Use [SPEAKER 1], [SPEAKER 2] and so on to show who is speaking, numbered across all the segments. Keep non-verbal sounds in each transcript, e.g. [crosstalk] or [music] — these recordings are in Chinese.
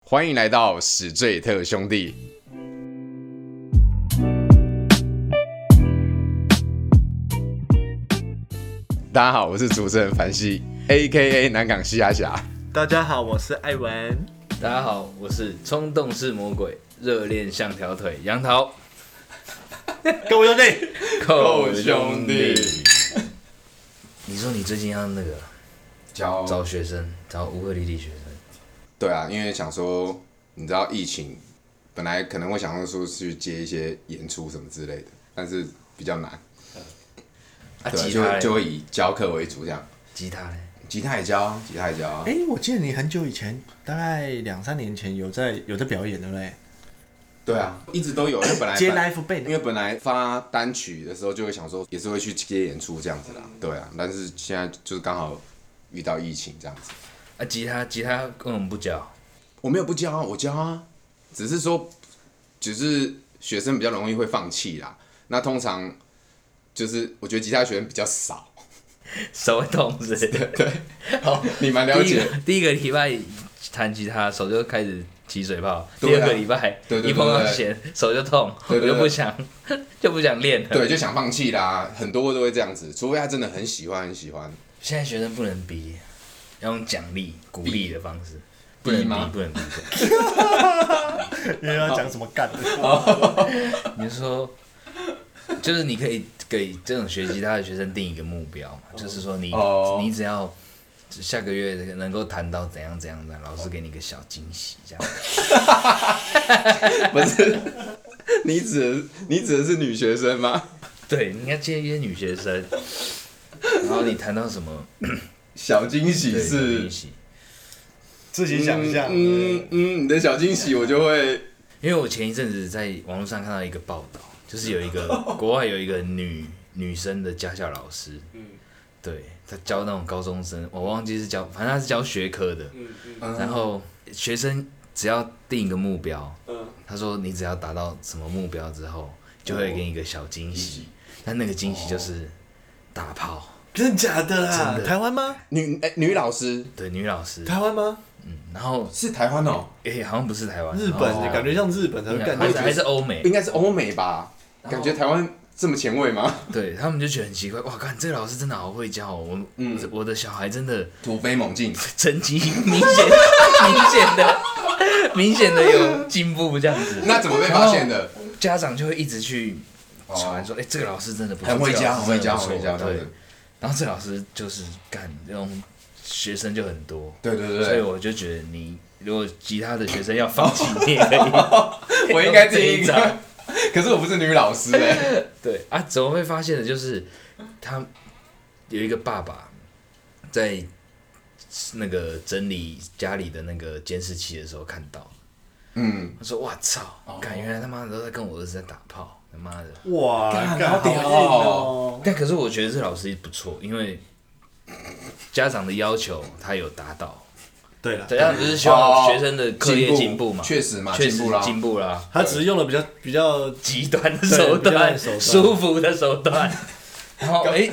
[SPEAKER 1] 欢迎来到史最特兄弟。大家好，我是主持人凡西，A K A 南港西亚侠。
[SPEAKER 2] 大家好，我是艾文。
[SPEAKER 3] 大家好，我是冲动是魔鬼，热恋像条腿，杨桃，
[SPEAKER 2] 各位兄弟，
[SPEAKER 3] 寇兄弟。你说你最近要那个
[SPEAKER 1] 教
[SPEAKER 3] 找学生，找乌克丽丽学生，
[SPEAKER 1] 对啊，因为想说，你知道疫情本来可能会想说去接一些演出什么之类的，但是比较难，
[SPEAKER 3] 啊，
[SPEAKER 1] 对啊，
[SPEAKER 3] 吉
[SPEAKER 1] 就
[SPEAKER 3] 他
[SPEAKER 1] 会就
[SPEAKER 3] 嘞，
[SPEAKER 1] 会以教课为主这样。
[SPEAKER 3] 吉他嘞，
[SPEAKER 1] 吉他也教，吉他也教啊
[SPEAKER 2] 哎、。我记得你很久以前，大概两三年前有在有在表演，对不对？
[SPEAKER 1] 对啊，一直都有。因为本来
[SPEAKER 2] 接
[SPEAKER 1] 本来
[SPEAKER 2] live band [laughs]
[SPEAKER 1] 因为本来发单曲的时候就会想说，也是会去接演出这样子啦。
[SPEAKER 3] 嗯
[SPEAKER 1] 对啊，但是现在就是刚好遇到疫情这样子。
[SPEAKER 3] 啊，吉他吉他根本不教，
[SPEAKER 1] 我没有不教啊，我教啊，只是说，只是学生比较容易会放弃啦。那通常就是我觉得吉他学生比较少，
[SPEAKER 3] 手会痛
[SPEAKER 1] [laughs]
[SPEAKER 3] 是不是？
[SPEAKER 1] 你蛮了
[SPEAKER 3] 第一
[SPEAKER 1] 解。
[SPEAKER 3] 个第一个礼拜弹吉他，手就开始起水泡；
[SPEAKER 1] 对
[SPEAKER 3] 第
[SPEAKER 1] 啊
[SPEAKER 3] 二个礼拜
[SPEAKER 1] 对对对
[SPEAKER 3] 一碰到
[SPEAKER 1] 对对
[SPEAKER 3] 弦，手就痛，
[SPEAKER 1] 对对
[SPEAKER 3] 我
[SPEAKER 1] 对
[SPEAKER 3] 就不想 [laughs] 就不想练了。
[SPEAKER 1] 对，就想放弃啦，很多都会这样子，除非他真的很喜欢很喜欢。
[SPEAKER 3] 现在学生不能逼，要用奖励鼓励的方式，不能
[SPEAKER 1] 逼
[SPEAKER 3] 逼
[SPEAKER 1] 吗，
[SPEAKER 3] 不能逼。
[SPEAKER 2] 你要哦讲什么干的？
[SPEAKER 3] 你是说，就是你可以给这种学吉他的学生定一个目标嘛，就是说你、
[SPEAKER 1] 哦
[SPEAKER 3] 你只要下个月能够弹到怎样怎样的，老师给你个小惊喜这样。
[SPEAKER 1] 不是， [laughs] 你指的你指的是女学生吗？
[SPEAKER 3] 对，你应该接一些女学生，然后你弹到什么
[SPEAKER 1] 小惊喜
[SPEAKER 3] 对小
[SPEAKER 1] 是
[SPEAKER 3] 惊喜。
[SPEAKER 2] 自己想一下。
[SPEAKER 1] 嗯嗯，你的小惊喜我就会
[SPEAKER 3] 因为我前一阵子在网络上看到一个报道，就是有一 [laughs] 个国外有一个女女生的家教老师，嗯，对，她教那种高中生，我忘记是教，反正她是教学科的，嗯嗯，然后学生只要定一个目标，嗯，他说你只要达到什么目标之后，就会给你一个小惊喜，哦但那个惊喜就是打炮，
[SPEAKER 2] 真的假的啦？台湾吗？
[SPEAKER 1] 女哎、女老师
[SPEAKER 3] 对，女老师，
[SPEAKER 2] 台湾吗？
[SPEAKER 3] 然后
[SPEAKER 1] 是台湾哦、
[SPEAKER 3] 诶、好像不是台湾，
[SPEAKER 2] 日本、
[SPEAKER 3] 然后
[SPEAKER 2] 感觉像日本才会干
[SPEAKER 3] 还
[SPEAKER 2] 这
[SPEAKER 3] 是还
[SPEAKER 2] 种。
[SPEAKER 3] 是欧美
[SPEAKER 1] 应，该是欧美吧？感觉台湾这么前卫吗？
[SPEAKER 3] 对他们就觉得很奇怪，哇，看这个老师真的好会教、哦，我、嗯、我的小孩真的
[SPEAKER 1] 突飞猛进，
[SPEAKER 3] 成绩明显明显的明显的有进步这样子。
[SPEAKER 1] 那怎么被发现的？
[SPEAKER 3] 家长就会一直去传说，哎、这个老师真的不错
[SPEAKER 1] 哦很会
[SPEAKER 3] 这个
[SPEAKER 1] 教
[SPEAKER 3] 老师
[SPEAKER 1] 很会
[SPEAKER 3] 真的
[SPEAKER 1] 教
[SPEAKER 3] 不错
[SPEAKER 1] 很会教这
[SPEAKER 3] 对
[SPEAKER 1] 样子。
[SPEAKER 3] 然后这老师就是干这种学生就很多，
[SPEAKER 1] 对对
[SPEAKER 3] 所以
[SPEAKER 1] 对
[SPEAKER 3] 我就觉得你如果吉他的学生要放弃，你也可以。
[SPEAKER 1] 对，我应该第
[SPEAKER 3] 这
[SPEAKER 1] 一
[SPEAKER 3] 一张
[SPEAKER 1] 个。可是我不是女老师哎、
[SPEAKER 3] [laughs] 对啊，怎么会发现的？就是他有一个爸爸在那个整理家里的那个监视器的时候看到，
[SPEAKER 1] 嗯，
[SPEAKER 3] 他说：“哇操，感原来他妈的都在跟我儿子在打炮，他妈的
[SPEAKER 2] 哇，
[SPEAKER 1] 干
[SPEAKER 2] 干
[SPEAKER 1] 好
[SPEAKER 2] 好
[SPEAKER 1] 屌
[SPEAKER 2] 硬
[SPEAKER 1] 哦
[SPEAKER 2] 哦！！”
[SPEAKER 3] 但可是我觉得这老师不错，因为家长的要求他有达到，
[SPEAKER 2] 对了，
[SPEAKER 3] 对，他不是希望学生的课业进步嘛？
[SPEAKER 1] 哦确实嘛，
[SPEAKER 3] 确
[SPEAKER 1] 进
[SPEAKER 3] 实
[SPEAKER 1] 步啦。
[SPEAKER 3] 进步啦，
[SPEAKER 2] 他只是用了比较比较
[SPEAKER 3] 极端的手段，
[SPEAKER 2] 对比较
[SPEAKER 3] 舒服的手段。 [laughs] 然后哎、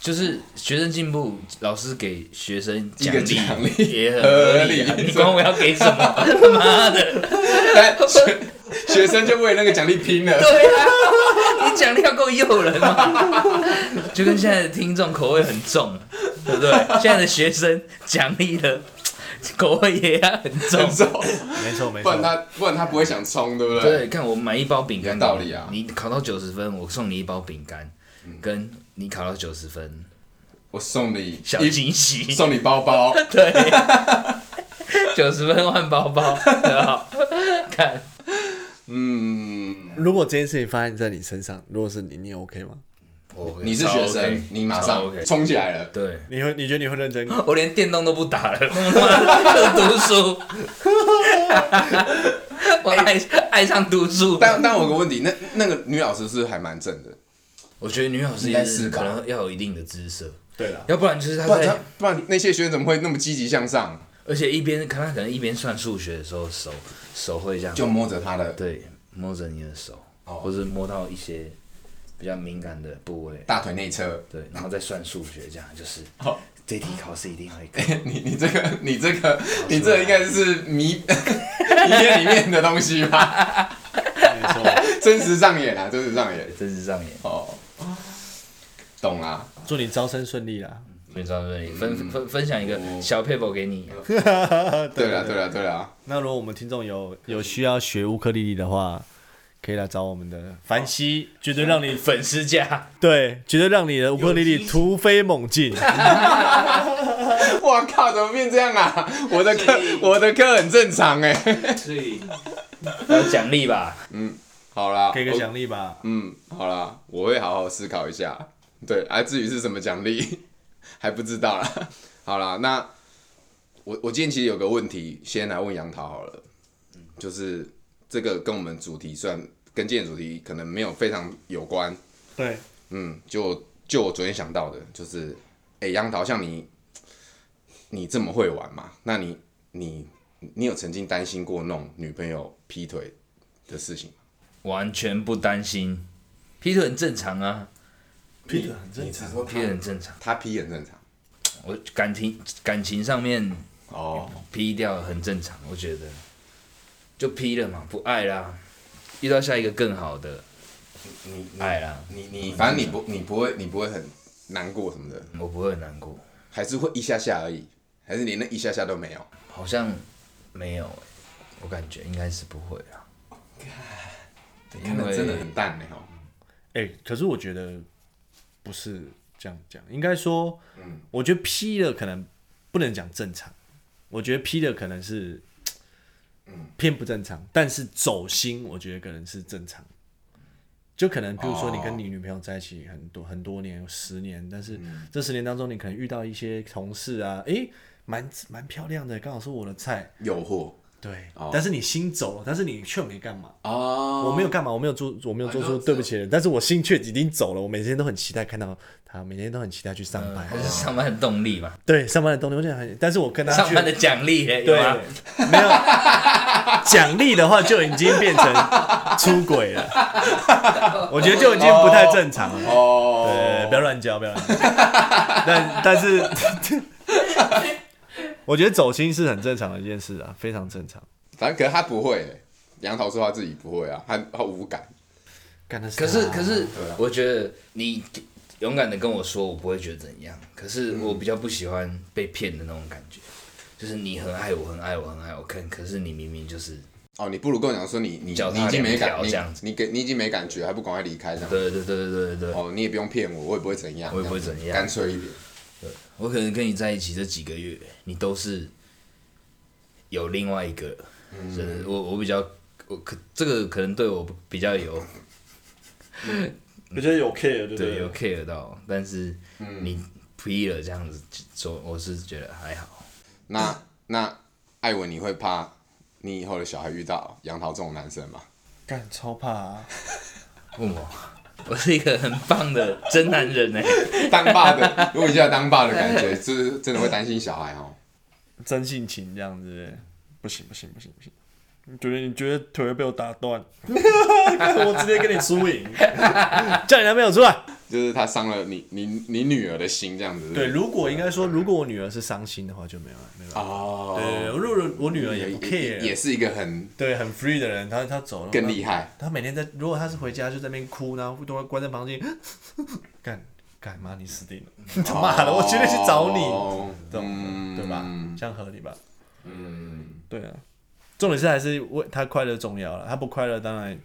[SPEAKER 3] 就是学生进步，老师给学生奖
[SPEAKER 1] 一个
[SPEAKER 3] 励
[SPEAKER 1] 奖励
[SPEAKER 3] 也很合理、啊
[SPEAKER 1] 合。理
[SPEAKER 3] 你管我要给什么？他妈的！
[SPEAKER 1] 但学学生就为那个奖励拼了。
[SPEAKER 3] 对啊，你奖励要够诱人吗？就跟现在的听众口味很重，对不对？现在的学生奖励的口味也要很重。
[SPEAKER 1] 很重，
[SPEAKER 2] 没错没
[SPEAKER 1] 不
[SPEAKER 2] 错
[SPEAKER 1] 然。他不然他不会想冲，对不对？
[SPEAKER 3] 对，看我买一包饼干，
[SPEAKER 1] 有道理啊
[SPEAKER 3] 你考到九十分，我送你一包饼干，跟你考到九十分，
[SPEAKER 1] 我送你
[SPEAKER 3] 小
[SPEAKER 1] 一
[SPEAKER 3] 惊 [laughs] 喜，
[SPEAKER 1] 送你包包，
[SPEAKER 3] 对，九十分换包包，很好 [laughs] 看。
[SPEAKER 1] 嗯，
[SPEAKER 2] 如果这件事情发生在你身上，如果是你，你 OK 吗？
[SPEAKER 3] 我
[SPEAKER 1] 你是学
[SPEAKER 3] 超 OK，
[SPEAKER 1] 生，你马
[SPEAKER 3] 超
[SPEAKER 1] 上
[SPEAKER 3] OK，
[SPEAKER 1] 冲起来了。
[SPEAKER 3] 对。
[SPEAKER 2] 你会你觉得你会认真？
[SPEAKER 3] 我连电动都不打了， [laughs] 我读 [laughs] 书，我爱爱上读书。
[SPEAKER 1] 但但我有个问题，那那个女老师是还蛮正的，
[SPEAKER 3] 我觉得女老师
[SPEAKER 1] 应该
[SPEAKER 3] 也
[SPEAKER 1] 是
[SPEAKER 3] 是
[SPEAKER 1] 吧
[SPEAKER 3] 可能要有一定的姿色，
[SPEAKER 2] 对了，
[SPEAKER 3] 要不然就是她
[SPEAKER 1] 不然她
[SPEAKER 3] 在，
[SPEAKER 1] 不然那些学生怎么会那么积极向上？
[SPEAKER 3] 而且一边可能她可能一边算数学的时候手手会这样
[SPEAKER 1] 就摸着她的
[SPEAKER 3] 对，摸着你的手，
[SPEAKER 1] 哦
[SPEAKER 3] 或是摸到一些比较敏感的部位，
[SPEAKER 1] 大腿内侧，
[SPEAKER 3] 对，然后再算数学，这样就是
[SPEAKER 1] 好
[SPEAKER 3] 这题考试一定
[SPEAKER 1] [laughs]
[SPEAKER 3] 会考。
[SPEAKER 1] 你你这个你这个你这个应该是 [laughs] 谜谜面里面的东西吧？
[SPEAKER 2] 没错，
[SPEAKER 1] [laughs] 真实上演啊，真实上演
[SPEAKER 3] 真是上演，
[SPEAKER 1] 哦，懂啊啦。
[SPEAKER 2] 祝你招生顺利啦！
[SPEAKER 3] 所以张瑞分分分享一个
[SPEAKER 1] 哦
[SPEAKER 3] 小 paper 给你，啊
[SPEAKER 2] 啊
[SPEAKER 1] 对啦对啦啊对啦，
[SPEAKER 2] 那如果我们听众有有需要学乌克丽丽的话，可以来找我们的凡西，绝对让你
[SPEAKER 3] 粉丝价，
[SPEAKER 2] 对，绝对让你的乌克丽
[SPEAKER 3] 有
[SPEAKER 2] 丽
[SPEAKER 3] 机
[SPEAKER 2] 突飞猛进。
[SPEAKER 1] 我靠，怎么变这样啊？我的课我的课很正常哎、
[SPEAKER 3] 所以还有奖励吧。
[SPEAKER 1] 好啦，
[SPEAKER 2] 给个
[SPEAKER 1] 我
[SPEAKER 2] 奖励吧，
[SPEAKER 1] 嗯，好啦，我会好好思考一下。对，啊，至于是什么奖励， [laughs] 还不知道啦。好啦，那我我今天其实有个问题，先来问杨桃好了，就是这个跟我们主题算跟今天的主题可能没有非常有关，
[SPEAKER 2] 对，
[SPEAKER 1] 嗯，就就我昨天想到的，就是，哎、杨桃，像你，你这么会玩嘛？那你你你有曾经担心过那种女朋友劈腿的事情吗？
[SPEAKER 3] 完全不担心，劈腿很正常啊，
[SPEAKER 2] 劈腿很正常。啊
[SPEAKER 3] 劈腿很正常。
[SPEAKER 1] 他劈很正常
[SPEAKER 3] 我感情感情上面
[SPEAKER 1] 哦。
[SPEAKER 3] 劈掉很正常，我觉得就劈了嘛，不爱啦，遇到下一个更好的
[SPEAKER 1] 你你
[SPEAKER 3] 爱啦，
[SPEAKER 1] 你你反正你不你不会你不会很难过什么的，
[SPEAKER 3] 我不会很难过。
[SPEAKER 1] 还是会一下下而已，还是连那一下下都没有。
[SPEAKER 3] 好像没有欸、我感觉应该是不会啦。对
[SPEAKER 1] 看
[SPEAKER 3] 因
[SPEAKER 1] 的
[SPEAKER 3] 为
[SPEAKER 1] 真的很淡呢吼。
[SPEAKER 2] 哎、可是我觉得不是这样讲，应该说，我觉得批了可能不能讲正常，我觉得批了可能是，偏不正常，但是走心，我觉得可能是正常。就可能，比如说你跟你女朋友在一起很多、很多年，有十年，但是这十年当中，你可能遇到一些同事啊，诶、蛮蛮漂亮的，刚好是我的菜，
[SPEAKER 1] 诱惑
[SPEAKER 2] 对。但是你心走了，但是你却没干嘛，
[SPEAKER 1] 哦，
[SPEAKER 2] 我没有干嘛，我没有做，我没有做
[SPEAKER 3] 啊
[SPEAKER 2] 出对不起的人，但是我心却已经走了。我每天都很期待看到他，每天都很期待去上班。
[SPEAKER 3] 还是上班的动力
[SPEAKER 1] [laughs]
[SPEAKER 3] 嘛，
[SPEAKER 2] 对，上班的动力，我想很，但是我跟他
[SPEAKER 3] 上
[SPEAKER 2] 去
[SPEAKER 3] 班的奖励嘞，有
[SPEAKER 2] 对
[SPEAKER 3] 吗？
[SPEAKER 2] 没有 [laughs] 奖励的话，就已经变成出轨了。
[SPEAKER 3] [laughs]
[SPEAKER 2] 我觉得就已经不太正常了。
[SPEAKER 1] 哦，
[SPEAKER 2] 对，不要乱交，不要乱交。但但是， [laughs] 我觉得走心是很正常的一件事啊，非常正常。
[SPEAKER 1] 反正可是他不会欸，杨桃说他自己不会啊，他他无感。
[SPEAKER 2] 干的
[SPEAKER 3] 可是可是
[SPEAKER 1] 啊，
[SPEAKER 3] 我觉得你勇敢的跟我说，我不会觉得怎
[SPEAKER 1] 嗯
[SPEAKER 3] 样。可是我比较不喜欢被骗的那种感觉，就是你很爱我，很爱我，很爱我，可可是你明明就是
[SPEAKER 1] 哦，你不如跟我讲说你你
[SPEAKER 3] 脚踏
[SPEAKER 1] 你已经没
[SPEAKER 3] 两
[SPEAKER 1] 感，
[SPEAKER 3] 条这样子
[SPEAKER 1] 你你给你已经没感觉，还不赶快离开这样。
[SPEAKER 3] 对对对对对对对，
[SPEAKER 1] 哦，你也不用骗我，我也不会怎样，
[SPEAKER 3] 我也不会
[SPEAKER 1] 这子
[SPEAKER 3] 怎样
[SPEAKER 1] 干脆一点。
[SPEAKER 3] 我可能跟你在一起这几个月，你都是有另外一个人，我我比较我可这个可能对我比较有
[SPEAKER 2] 我觉得有 care 对
[SPEAKER 3] 对有 care 到，但是你劈了这样子说，我是觉得还好。
[SPEAKER 1] 那那艾文，你会怕你以后的小孩遇到杨桃这种男生吗？
[SPEAKER 2] 干超怕啊！
[SPEAKER 3] 为什么？我是一个很棒的真男人哎、
[SPEAKER 1] [laughs] 当爸的，如果你现在当爸的感觉，就是真的会担心小孩哦。
[SPEAKER 2] 真性情这样子，不行不行不行不行，你觉得你觉得腿会被我打断， [laughs] 我直接跟你输赢，叫你男朋友出来。
[SPEAKER 1] 就是他伤了你你你女儿的心这样子。
[SPEAKER 2] 对，如果应该说，如果我女儿是伤心的话，就没有了，没有了。
[SPEAKER 1] 哦，
[SPEAKER 2] 对，如果我女儿也
[SPEAKER 1] 也
[SPEAKER 2] 不
[SPEAKER 1] 也也
[SPEAKER 2] care，
[SPEAKER 1] 是一个很
[SPEAKER 2] 对，很 free 的人，她她走了
[SPEAKER 1] 更厉。害。
[SPEAKER 2] 她她每天在，如果她是回家就在那边哭，然后都关在房间， [laughs] 干干妈你死定了，你他 [laughs] 妈的，我绝对去找你。
[SPEAKER 1] 哦
[SPEAKER 2] 这种
[SPEAKER 1] 嗯
[SPEAKER 2] 的，对吧？这样合理吧？嗯，对啊。重点是还是为他快乐重要了，他不快乐当然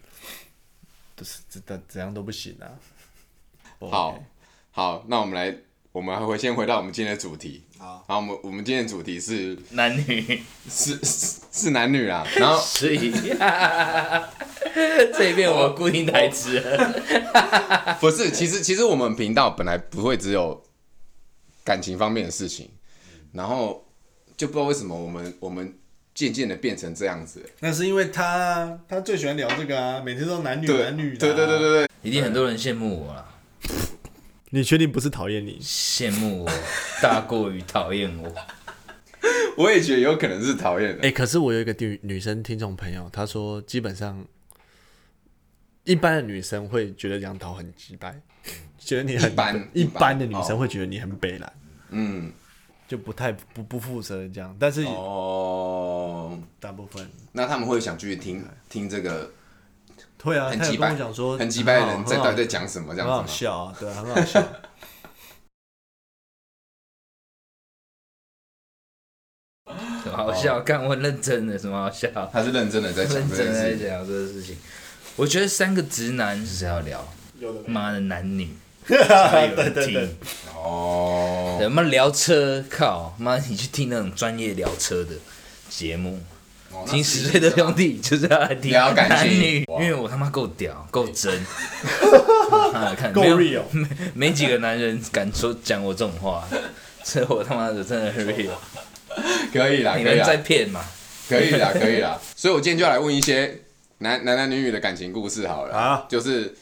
[SPEAKER 2] 就是怎怎怎样都不行啊。不 OK
[SPEAKER 1] 好，好，那我们来，我们还会先回到我们今天的主题。好，然后我们我们今天的主题是
[SPEAKER 3] 男女
[SPEAKER 1] 是是是男女啦，然后
[SPEAKER 3] 所以啊这一遍我固定台词了，
[SPEAKER 1] 不是，其实其实我们频道本来不会只有感情方面的事情，然后就不知道为什么我们我们渐渐的变成这样子。
[SPEAKER 2] 那是因为他他最喜欢聊这个啊，每天都男女
[SPEAKER 1] 对
[SPEAKER 2] 男女、啊
[SPEAKER 1] 对对对。对对，
[SPEAKER 3] 一定很多人羡慕我啦，
[SPEAKER 2] 你确定不是讨厌你？
[SPEAKER 3] 羡慕我大过于讨厌我。
[SPEAKER 1] 我也觉得有可能是讨厌的。
[SPEAKER 2] 哎、可是我有一个女女生听众朋友，她说基本上一般的女生会觉得杨桃很直白，觉得你很
[SPEAKER 1] 一般
[SPEAKER 2] 一般的女哦
[SPEAKER 1] 一般
[SPEAKER 2] 生会觉得你很北蓝。
[SPEAKER 1] 嗯，
[SPEAKER 2] 就不太不不负责任这样，但是
[SPEAKER 1] 哦，
[SPEAKER 2] 大部分
[SPEAKER 1] 那他们会想去听
[SPEAKER 2] 哎
[SPEAKER 1] 听这个
[SPEAKER 2] 对啊，
[SPEAKER 1] 很
[SPEAKER 2] 他
[SPEAKER 1] 鸡
[SPEAKER 2] 有跟
[SPEAKER 1] 掰
[SPEAKER 2] 我讲说
[SPEAKER 1] 很鸡掰的
[SPEAKER 2] 很
[SPEAKER 1] 人
[SPEAKER 2] 好
[SPEAKER 1] 在到
[SPEAKER 2] 很
[SPEAKER 1] 底
[SPEAKER 2] 好
[SPEAKER 1] 在讲什么这
[SPEAKER 2] 很好
[SPEAKER 1] 样子吗？
[SPEAKER 2] 笑啊，对啊，很好笑。
[SPEAKER 3] 什么好笑？看我很认真的，什么好笑？
[SPEAKER 1] 他是认真的 [laughs] 在讲
[SPEAKER 3] 认
[SPEAKER 1] 这
[SPEAKER 3] 真
[SPEAKER 1] 件
[SPEAKER 3] 的在
[SPEAKER 1] 事情。
[SPEAKER 3] 讲这个事情。我觉得三个直男是要聊，妈的男
[SPEAKER 1] [laughs]
[SPEAKER 3] 女，对对对，
[SPEAKER 1] 哦，
[SPEAKER 3] 什么聊车，靠妈，你去听那种专业聊车的节目，
[SPEAKER 1] 哦
[SPEAKER 3] 听十岁的兄弟就是要来听
[SPEAKER 1] 聊感
[SPEAKER 3] 男
[SPEAKER 1] 情
[SPEAKER 3] 女，
[SPEAKER 1] 哇
[SPEAKER 3] 因为我他妈够屌，够真，
[SPEAKER 1] [laughs]
[SPEAKER 3] 妈的
[SPEAKER 2] [laughs]
[SPEAKER 3] 看
[SPEAKER 2] 够
[SPEAKER 3] 没有
[SPEAKER 2] real
[SPEAKER 3] 没没几个男人敢说讲我这种话，这我他妈的真的很 real，
[SPEAKER 1] [laughs] 可以啦，可
[SPEAKER 3] 你
[SPEAKER 1] 以啊
[SPEAKER 3] 们
[SPEAKER 1] 啦
[SPEAKER 3] 在，骗嘛？
[SPEAKER 1] 可以啦，可以啦。所以我今天就要来问一些男男男女女的感情故事好了。
[SPEAKER 2] 啊
[SPEAKER 1] 就是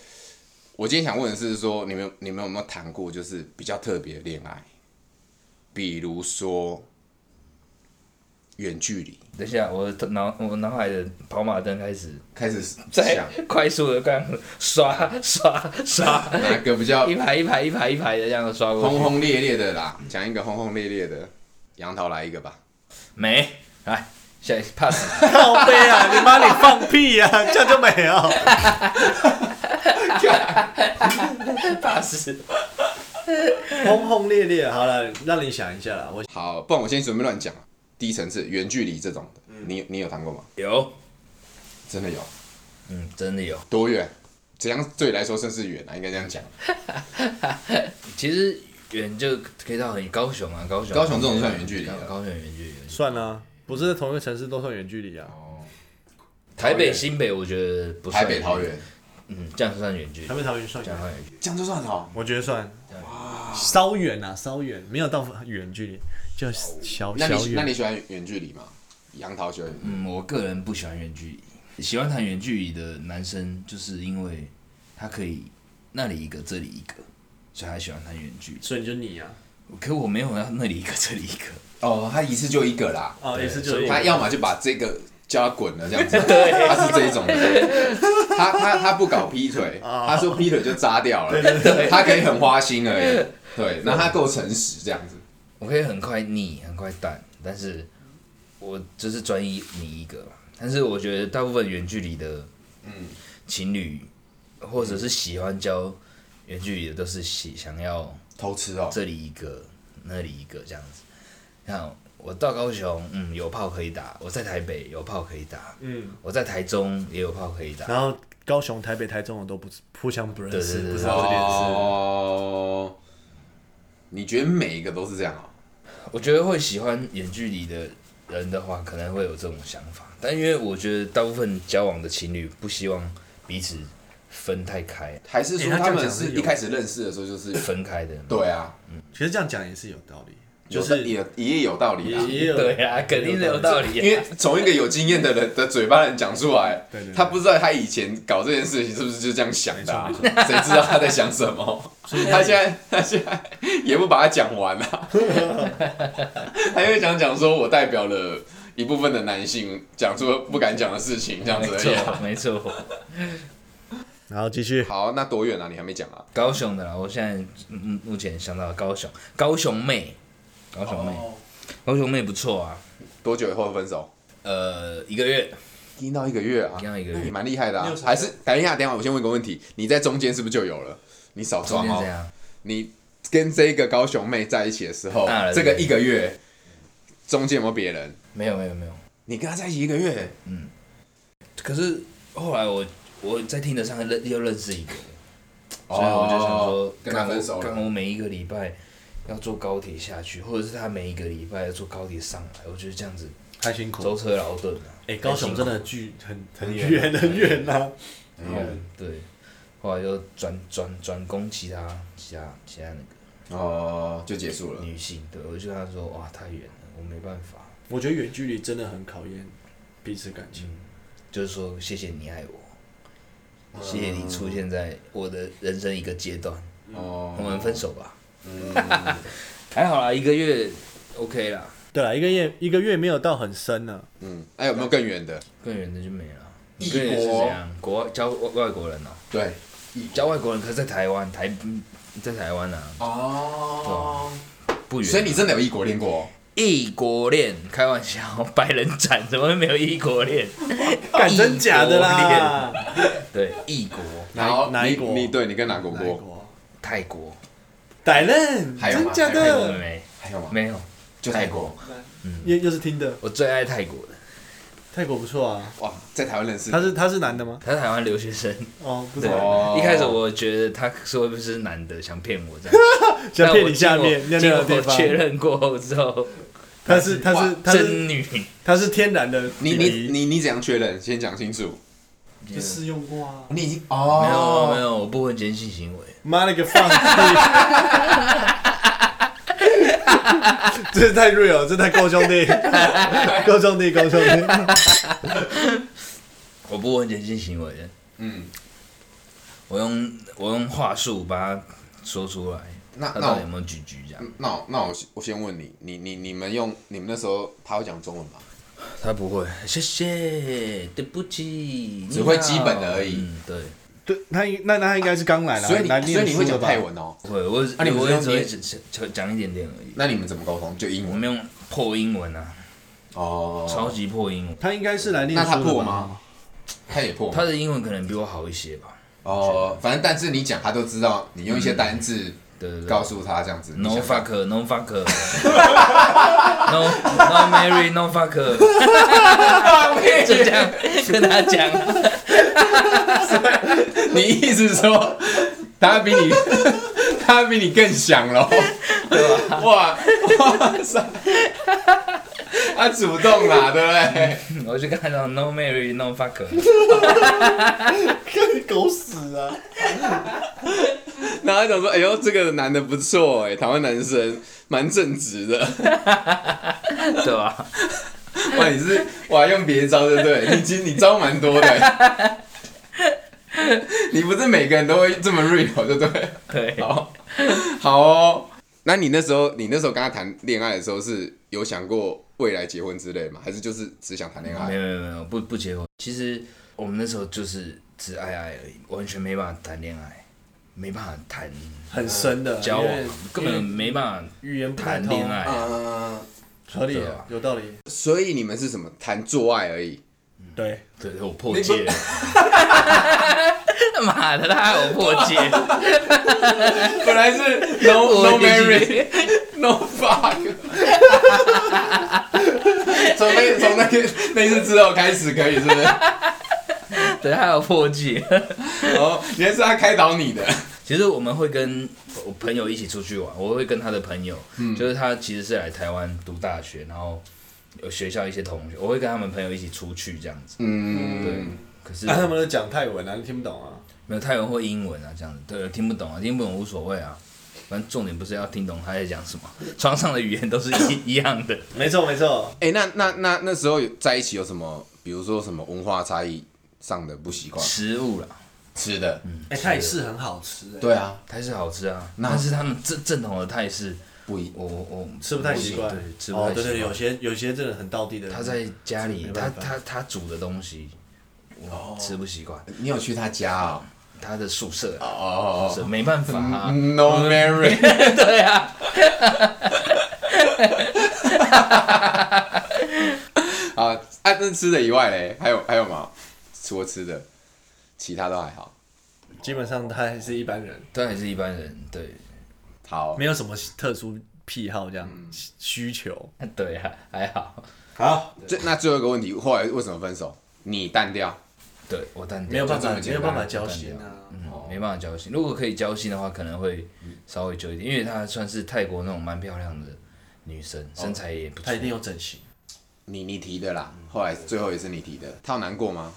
[SPEAKER 1] 我今天想问的是说，你们你们有没有谈过就是比较特别的恋爱？比如说远距离，
[SPEAKER 3] 等一下，我的脑我脑海的跑马灯开始
[SPEAKER 1] 开始
[SPEAKER 3] 在
[SPEAKER 1] 想
[SPEAKER 3] 快速的刚刷刷刷，
[SPEAKER 1] 哪个比较
[SPEAKER 3] 一排一排一排一排的这样刷过
[SPEAKER 1] 轰
[SPEAKER 3] 去。
[SPEAKER 1] 轰烈烈的啦，讲一个轰轰烈烈的。杨桃来一个吧，
[SPEAKER 3] 没，来，下一 pass。
[SPEAKER 1] [laughs]
[SPEAKER 2] 靠背啊！你妈你放屁啊！这样就没有。
[SPEAKER 3] pass。
[SPEAKER 2] 轰轰烈烈，啊好了，让你想一下啦。我
[SPEAKER 1] 好，不然我先准备乱讲。低层次远距离这种的，你你有谈过吗？
[SPEAKER 3] 有，
[SPEAKER 1] 真的有，
[SPEAKER 3] 嗯，真的有。
[SPEAKER 1] 多远？怎样对你来说算是远啊？应该这样讲。
[SPEAKER 3] 其实远就可以到很高雄啊，高雄。
[SPEAKER 1] 高雄这种算远距离啊
[SPEAKER 3] 高高雄远距离。远距离
[SPEAKER 2] 算了、不是在同一个城市都算远距离啊。
[SPEAKER 1] 哦
[SPEAKER 3] 台北、新北，我觉得不算。
[SPEAKER 1] 台北、桃园，，
[SPEAKER 3] 嗯，这样算远距离
[SPEAKER 2] 台。北、桃园算
[SPEAKER 3] 这
[SPEAKER 2] 远
[SPEAKER 3] 样，算远距离。
[SPEAKER 1] 这样就算哦好。
[SPEAKER 2] 我觉得算。稍远啊，稍远，没有到远距离，就小
[SPEAKER 1] 哦那
[SPEAKER 2] 小
[SPEAKER 1] 你那
[SPEAKER 2] 远。
[SPEAKER 1] 你喜欢远距离吗？杨桃喜欢远距离
[SPEAKER 3] 嗯，我个人不喜欢远距离，喜欢谈远距离的男生，就是因为他可以那里一个，这里一个，所以他喜欢谈远距离。
[SPEAKER 2] 所以就你啊，
[SPEAKER 3] 可我没有要那里一个，这里一个。
[SPEAKER 1] 哦，他一次就一个啦，
[SPEAKER 2] 哦，也是
[SPEAKER 3] 所以
[SPEAKER 2] 就
[SPEAKER 1] 他要么就把这个叫他滚了这样
[SPEAKER 2] [laughs]
[SPEAKER 1] 子，他是这一种的，他他他不搞劈腿，他说劈腿就扎掉了，他可以很花心而已，对，然后他够诚实这样子，
[SPEAKER 3] 我可以很快腻，很快淡，但是我就是专一你一个嘛。但是我觉得大部分远距离的，嗯，情侣或者是喜欢交远距离的，都是喜想要
[SPEAKER 1] 偷吃哦，
[SPEAKER 3] 这里一个，那里一个这样子。看我到高雄，嗯，有炮可以打；我在台北有炮可以打；
[SPEAKER 2] 嗯，
[SPEAKER 3] 我在台中也有炮可以打。
[SPEAKER 2] 然后高雄、台北、台中我都不互相不认识
[SPEAKER 3] 对对，对
[SPEAKER 2] 不知道这件事。
[SPEAKER 1] 哦，你觉得每一个都是这样哦？
[SPEAKER 3] 我觉得会喜欢远距离的人的话，可能会有这种想法，但因为我觉得大部分交往的情侣不希望彼此分太 [laughs] 开，
[SPEAKER 1] 还是说
[SPEAKER 2] 欸他这
[SPEAKER 1] 他
[SPEAKER 2] 样
[SPEAKER 1] 们
[SPEAKER 2] 讲是
[SPEAKER 1] 是
[SPEAKER 2] 有
[SPEAKER 1] 一开始认识的时候就是
[SPEAKER 3] 分开的。
[SPEAKER 1] 对啊，
[SPEAKER 2] 其实这样讲也是有道理，就
[SPEAKER 1] 有
[SPEAKER 2] 是
[SPEAKER 1] 也也有道理啦，
[SPEAKER 2] 也有
[SPEAKER 3] 对啊，肯定是有道理、
[SPEAKER 1] 因为从一个有经验的人的嘴巴人讲出来
[SPEAKER 2] 对对，对
[SPEAKER 1] 他不知道他以前搞这件事情是不是就这样想的、啊，谁知道他在想什么？他现在他现在也不把它讲完啊，他又想讲说我代表了一部分的男性讲出不敢讲的事情，这样
[SPEAKER 3] 没
[SPEAKER 1] 子而已啊、
[SPEAKER 3] 错，没错。
[SPEAKER 2] 然后继续，
[SPEAKER 1] 好，那多远啊？你还没讲啊？
[SPEAKER 3] 高雄的啦，我现在嗯目前想到高雄，高雄妹，高雄妹，高雄妹不错啊。
[SPEAKER 1] 多久以后分手？
[SPEAKER 3] 呃，一个月，
[SPEAKER 1] 一到一个月啊，
[SPEAKER 3] 一到一个月
[SPEAKER 1] 那你蛮厉害的、
[SPEAKER 2] 你
[SPEAKER 1] 啊
[SPEAKER 2] 有什。么
[SPEAKER 1] 还是等一下，等一下，我先问一个问题，你在中间是不是就有了？你少
[SPEAKER 3] 中
[SPEAKER 1] 装
[SPEAKER 3] 间
[SPEAKER 1] 哦
[SPEAKER 3] 这。样，
[SPEAKER 1] 你跟这个高雄妹在一起的时候
[SPEAKER 3] 啊，
[SPEAKER 1] 这个一个月中间有没有别人？
[SPEAKER 3] 没有没有没有。
[SPEAKER 1] 你跟她在一起一个月，
[SPEAKER 3] 可是后来我我在听得上认又认识一个，所以我就想说，
[SPEAKER 1] 哦跟他
[SPEAKER 3] 干
[SPEAKER 1] 分手
[SPEAKER 3] 我干
[SPEAKER 1] 了。
[SPEAKER 3] 我每一个礼拜要坐高铁下去，或者是他每一个礼拜要坐高铁上来，我觉得这样子
[SPEAKER 2] 太辛苦
[SPEAKER 3] 舟车劳顿啊。
[SPEAKER 2] 哎、高雄真的距很很远
[SPEAKER 3] 远
[SPEAKER 2] 很远呐、
[SPEAKER 3] 然
[SPEAKER 1] 嗯
[SPEAKER 3] 后对，后来就转转转攻其他其他其他那
[SPEAKER 1] 哦，就结束
[SPEAKER 3] 个
[SPEAKER 1] 了。
[SPEAKER 3] 女性，对我就跟他说，哇，太远了，我没办法，
[SPEAKER 2] 我觉得远距离真的很考验彼此感情。
[SPEAKER 3] 就是说谢谢你爱我，谢谢你出现在我的人生一个阶段，
[SPEAKER 1] 哦，
[SPEAKER 3] 嗯我们分手吧。嗯还好啦，一个月 OK 啦，
[SPEAKER 2] 对了，一个月一个月没有到很深呢、
[SPEAKER 1] 嗯，还有没有更远的？
[SPEAKER 3] 更远的就没了。
[SPEAKER 1] 异
[SPEAKER 3] 你更远是
[SPEAKER 1] 国
[SPEAKER 3] 怎样？国外教外外国人哦、
[SPEAKER 1] 对，
[SPEAKER 3] 教外国人，可是在台湾台嗯在台湾啊，
[SPEAKER 1] 哦，
[SPEAKER 3] 不远。
[SPEAKER 1] 所以你真的有异国恋过？
[SPEAKER 3] 异国恋，开玩笑，百人斩怎么会没有异国恋？
[SPEAKER 2] 干真假的啦？
[SPEAKER 3] 对，异国
[SPEAKER 2] 哪一
[SPEAKER 1] 然后
[SPEAKER 2] 哪一
[SPEAKER 1] 你
[SPEAKER 2] 国
[SPEAKER 1] 你对你跟哪国
[SPEAKER 2] 哪一
[SPEAKER 1] 过？
[SPEAKER 2] 国？
[SPEAKER 3] 泰国，
[SPEAKER 2] 歹人，
[SPEAKER 1] 还有吗
[SPEAKER 2] 真假
[SPEAKER 1] 还
[SPEAKER 3] 泰国
[SPEAKER 2] 的？
[SPEAKER 3] 没
[SPEAKER 1] 还有吗？
[SPEAKER 3] 没有，
[SPEAKER 1] 就泰国。
[SPEAKER 2] 又又是听的，
[SPEAKER 3] 我最爱泰国的，
[SPEAKER 2] 泰国不错啊。
[SPEAKER 1] 哇，在台湾认识
[SPEAKER 2] 他是他是男的吗？
[SPEAKER 3] 他是台湾留学生。
[SPEAKER 2] 哦，不
[SPEAKER 3] 对
[SPEAKER 2] 错，
[SPEAKER 1] 哦
[SPEAKER 3] 一开始我觉得他说不是男的，想骗我这样，
[SPEAKER 2] 想
[SPEAKER 3] 但
[SPEAKER 2] 骗
[SPEAKER 3] 我
[SPEAKER 2] 你下
[SPEAKER 3] 经过
[SPEAKER 2] 面尿尿的地
[SPEAKER 3] 经过
[SPEAKER 2] 方。
[SPEAKER 3] 确认过后之后，
[SPEAKER 2] 他是他是
[SPEAKER 1] 哇
[SPEAKER 2] 他是
[SPEAKER 3] 真女，
[SPEAKER 2] 他是天然的
[SPEAKER 1] 你
[SPEAKER 2] 比
[SPEAKER 1] 你
[SPEAKER 2] 例，
[SPEAKER 1] 你你怎样确认？先讲清楚。
[SPEAKER 2] 就试用过啊。
[SPEAKER 1] 你已经
[SPEAKER 3] 没有啊
[SPEAKER 1] 哦，
[SPEAKER 3] 没有，我不婚前性行为，
[SPEAKER 2] 妈了个放屁！ [laughs] 这太 real，这太够兄弟， [laughs] 够兄弟，够兄弟。
[SPEAKER 3] 我不婚前性行为的，
[SPEAKER 1] 嗯，
[SPEAKER 3] 我用我用话术把它说出来，
[SPEAKER 1] 那
[SPEAKER 3] 他
[SPEAKER 1] 啊那
[SPEAKER 3] 到底有
[SPEAKER 1] 我
[SPEAKER 3] 没有举举这样？
[SPEAKER 1] 那我那我我先问你，你你你们用你们那时候他会讲中文吗？
[SPEAKER 3] 他不会，谢谢，对不起，
[SPEAKER 1] 只会基本的而已
[SPEAKER 3] 你好嗯，对，
[SPEAKER 2] 对他应那那他应该是刚来啦，
[SPEAKER 1] 所以
[SPEAKER 2] 来
[SPEAKER 1] 你
[SPEAKER 2] 念
[SPEAKER 1] 所以你
[SPEAKER 2] 书
[SPEAKER 1] 会
[SPEAKER 2] 的
[SPEAKER 1] 讲
[SPEAKER 2] 吧
[SPEAKER 1] 泰文哦？
[SPEAKER 3] 不会，我
[SPEAKER 1] 啊你不
[SPEAKER 3] 我
[SPEAKER 1] 是用
[SPEAKER 3] 只会
[SPEAKER 1] 你
[SPEAKER 3] 只只讲一点点而已，
[SPEAKER 1] 那你们怎么沟通？就英
[SPEAKER 3] 我
[SPEAKER 1] 文
[SPEAKER 3] 们用破英文啊，超
[SPEAKER 1] 哦？
[SPEAKER 3] 级破英文，
[SPEAKER 2] 他应该是来念
[SPEAKER 1] 那
[SPEAKER 2] 书
[SPEAKER 1] 他
[SPEAKER 2] 的
[SPEAKER 1] 破
[SPEAKER 2] 吧
[SPEAKER 1] 吗？？他也破吗
[SPEAKER 3] 他的英文可能比我好一些吧，
[SPEAKER 1] 哦，反正但是你讲他都知道，你用一些单字
[SPEAKER 3] 对对对。
[SPEAKER 1] 告诉他这样子。你
[SPEAKER 3] No
[SPEAKER 1] 想法
[SPEAKER 3] fuck, no fuck, [laughs] no no marry, no [laughs] fuck，就这样跟他讲，
[SPEAKER 1] 你意思说他比你 [laughs] 他比你更想喽？对吧？哇哇塞，他主动啦，对不对？
[SPEAKER 3] [laughs] 我就跟他讲 no marry, no fuck，
[SPEAKER 2] [laughs] 狗屎啊！
[SPEAKER 1] 然后他想说，哎呦，这个男的不错哎，台湾男生蛮正直的。
[SPEAKER 3] [laughs] 对吧？
[SPEAKER 1] 哇，你是哇用别招对不对？你其实你招蛮多的。 [laughs] 你不是每个人都会这么 real 对不对？
[SPEAKER 3] [laughs] 对，
[SPEAKER 1] 好，好哦。那你那时候，你那时候跟他谈恋爱的时候，是有想过未来结婚之类吗？还是就是只想谈恋
[SPEAKER 3] 没
[SPEAKER 1] 爱？
[SPEAKER 3] 有没有没有，不不结婚。其实我们那时候就是只爱爱而已，完全没办法谈恋爱，没办法谈
[SPEAKER 2] 很深的
[SPEAKER 3] 交往
[SPEAKER 2] 因为，
[SPEAKER 3] 根本没办法
[SPEAKER 2] 语言不太
[SPEAKER 3] 谈
[SPEAKER 2] 通
[SPEAKER 3] 恋，爱啊。
[SPEAKER 1] 嗯，
[SPEAKER 2] 合理
[SPEAKER 3] 对
[SPEAKER 2] 啊
[SPEAKER 3] 啊，
[SPEAKER 2] 有道理。
[SPEAKER 1] 所以你们是什么谈做爱而已？
[SPEAKER 2] 对，
[SPEAKER 3] 对，对我破戒了。 [laughs] 妈的，他害我破 [laughs] 戒，
[SPEAKER 1] 本来是 no
[SPEAKER 3] [laughs] 我
[SPEAKER 1] no
[SPEAKER 3] 年纪
[SPEAKER 1] marry no fuck。从那从那个那次之后开始可以是不是？
[SPEAKER 3] 对，他有破戒。
[SPEAKER 1] 哦，原来是他开导你的。
[SPEAKER 3] 其实我们会跟我朋友一起出去玩，我会跟他的朋友，
[SPEAKER 2] 嗯
[SPEAKER 3] 就是他其实是来台湾读大学，然后有学校一些同学，我会跟他们朋友一起出去这样子。对
[SPEAKER 1] 嗯，，
[SPEAKER 3] 可是
[SPEAKER 2] 啊，他们都讲泰文啊，你听不懂啊？
[SPEAKER 3] 没有泰文或英文啊，这样子，对，听不懂啊，听不懂无所谓啊，反正重点不是要听懂他在讲什么， [laughs] 床上的语言都是一 [laughs] 一样的。
[SPEAKER 2] 没错没错，
[SPEAKER 1] 哎、那那那那时候有在一起有什么，比如说什么文化差异上的不习惯？嗯
[SPEAKER 3] 食物啦，
[SPEAKER 1] 吃的，
[SPEAKER 2] 哎，泰式很好吃哎，
[SPEAKER 1] 对啊，
[SPEAKER 3] 泰式好吃啊，
[SPEAKER 1] 那
[SPEAKER 3] 但是他们正正统的泰式，
[SPEAKER 1] 不一
[SPEAKER 3] 我我我
[SPEAKER 2] 吃不太习惯
[SPEAKER 3] 对，吃不
[SPEAKER 2] 哦，
[SPEAKER 3] 太
[SPEAKER 2] 对对，
[SPEAKER 3] 习
[SPEAKER 2] 有
[SPEAKER 3] 惯。
[SPEAKER 2] 些有些真的很道地的人，
[SPEAKER 3] 他在家里，
[SPEAKER 2] 没
[SPEAKER 3] 他
[SPEAKER 2] 办法
[SPEAKER 3] 他他煮的东西，我吃不习惯。
[SPEAKER 2] 哦
[SPEAKER 1] 你有去他家啊、
[SPEAKER 3] 他的宿舍啊，
[SPEAKER 1] 哦？
[SPEAKER 3] 宿舍没办法
[SPEAKER 1] 哦
[SPEAKER 2] 嗯
[SPEAKER 3] 啊，
[SPEAKER 1] ，No [laughs] Mary，
[SPEAKER 3] 对啊，
[SPEAKER 1] 啊啊！那吃的以外嘞，还有还有吗？除了吃的，其他都还好。
[SPEAKER 2] 基本上他还是一般人，
[SPEAKER 3] 他还是一般人，对 [laughs]
[SPEAKER 1] 好
[SPEAKER 2] 没，有什么特殊癖好这样需求。
[SPEAKER 3] 对啊，还好，
[SPEAKER 2] 好，
[SPEAKER 1] 最那最后一个问题，后来为什么分手？你淡掉，
[SPEAKER 3] 对我淡定
[SPEAKER 2] 没有办
[SPEAKER 1] 就这
[SPEAKER 2] 法
[SPEAKER 1] 么，
[SPEAKER 2] 没
[SPEAKER 1] 简
[SPEAKER 2] 有
[SPEAKER 1] 单
[SPEAKER 2] 办法交心啊。
[SPEAKER 3] 嗯，没办法交心。如果可以交心的话，可能会稍微久一点，因为她算是泰国那种蛮漂亮的女生，身材也不错
[SPEAKER 2] 他一。定有整形，
[SPEAKER 1] 你你提的啦，后来最后也是你提的，他有难过吗？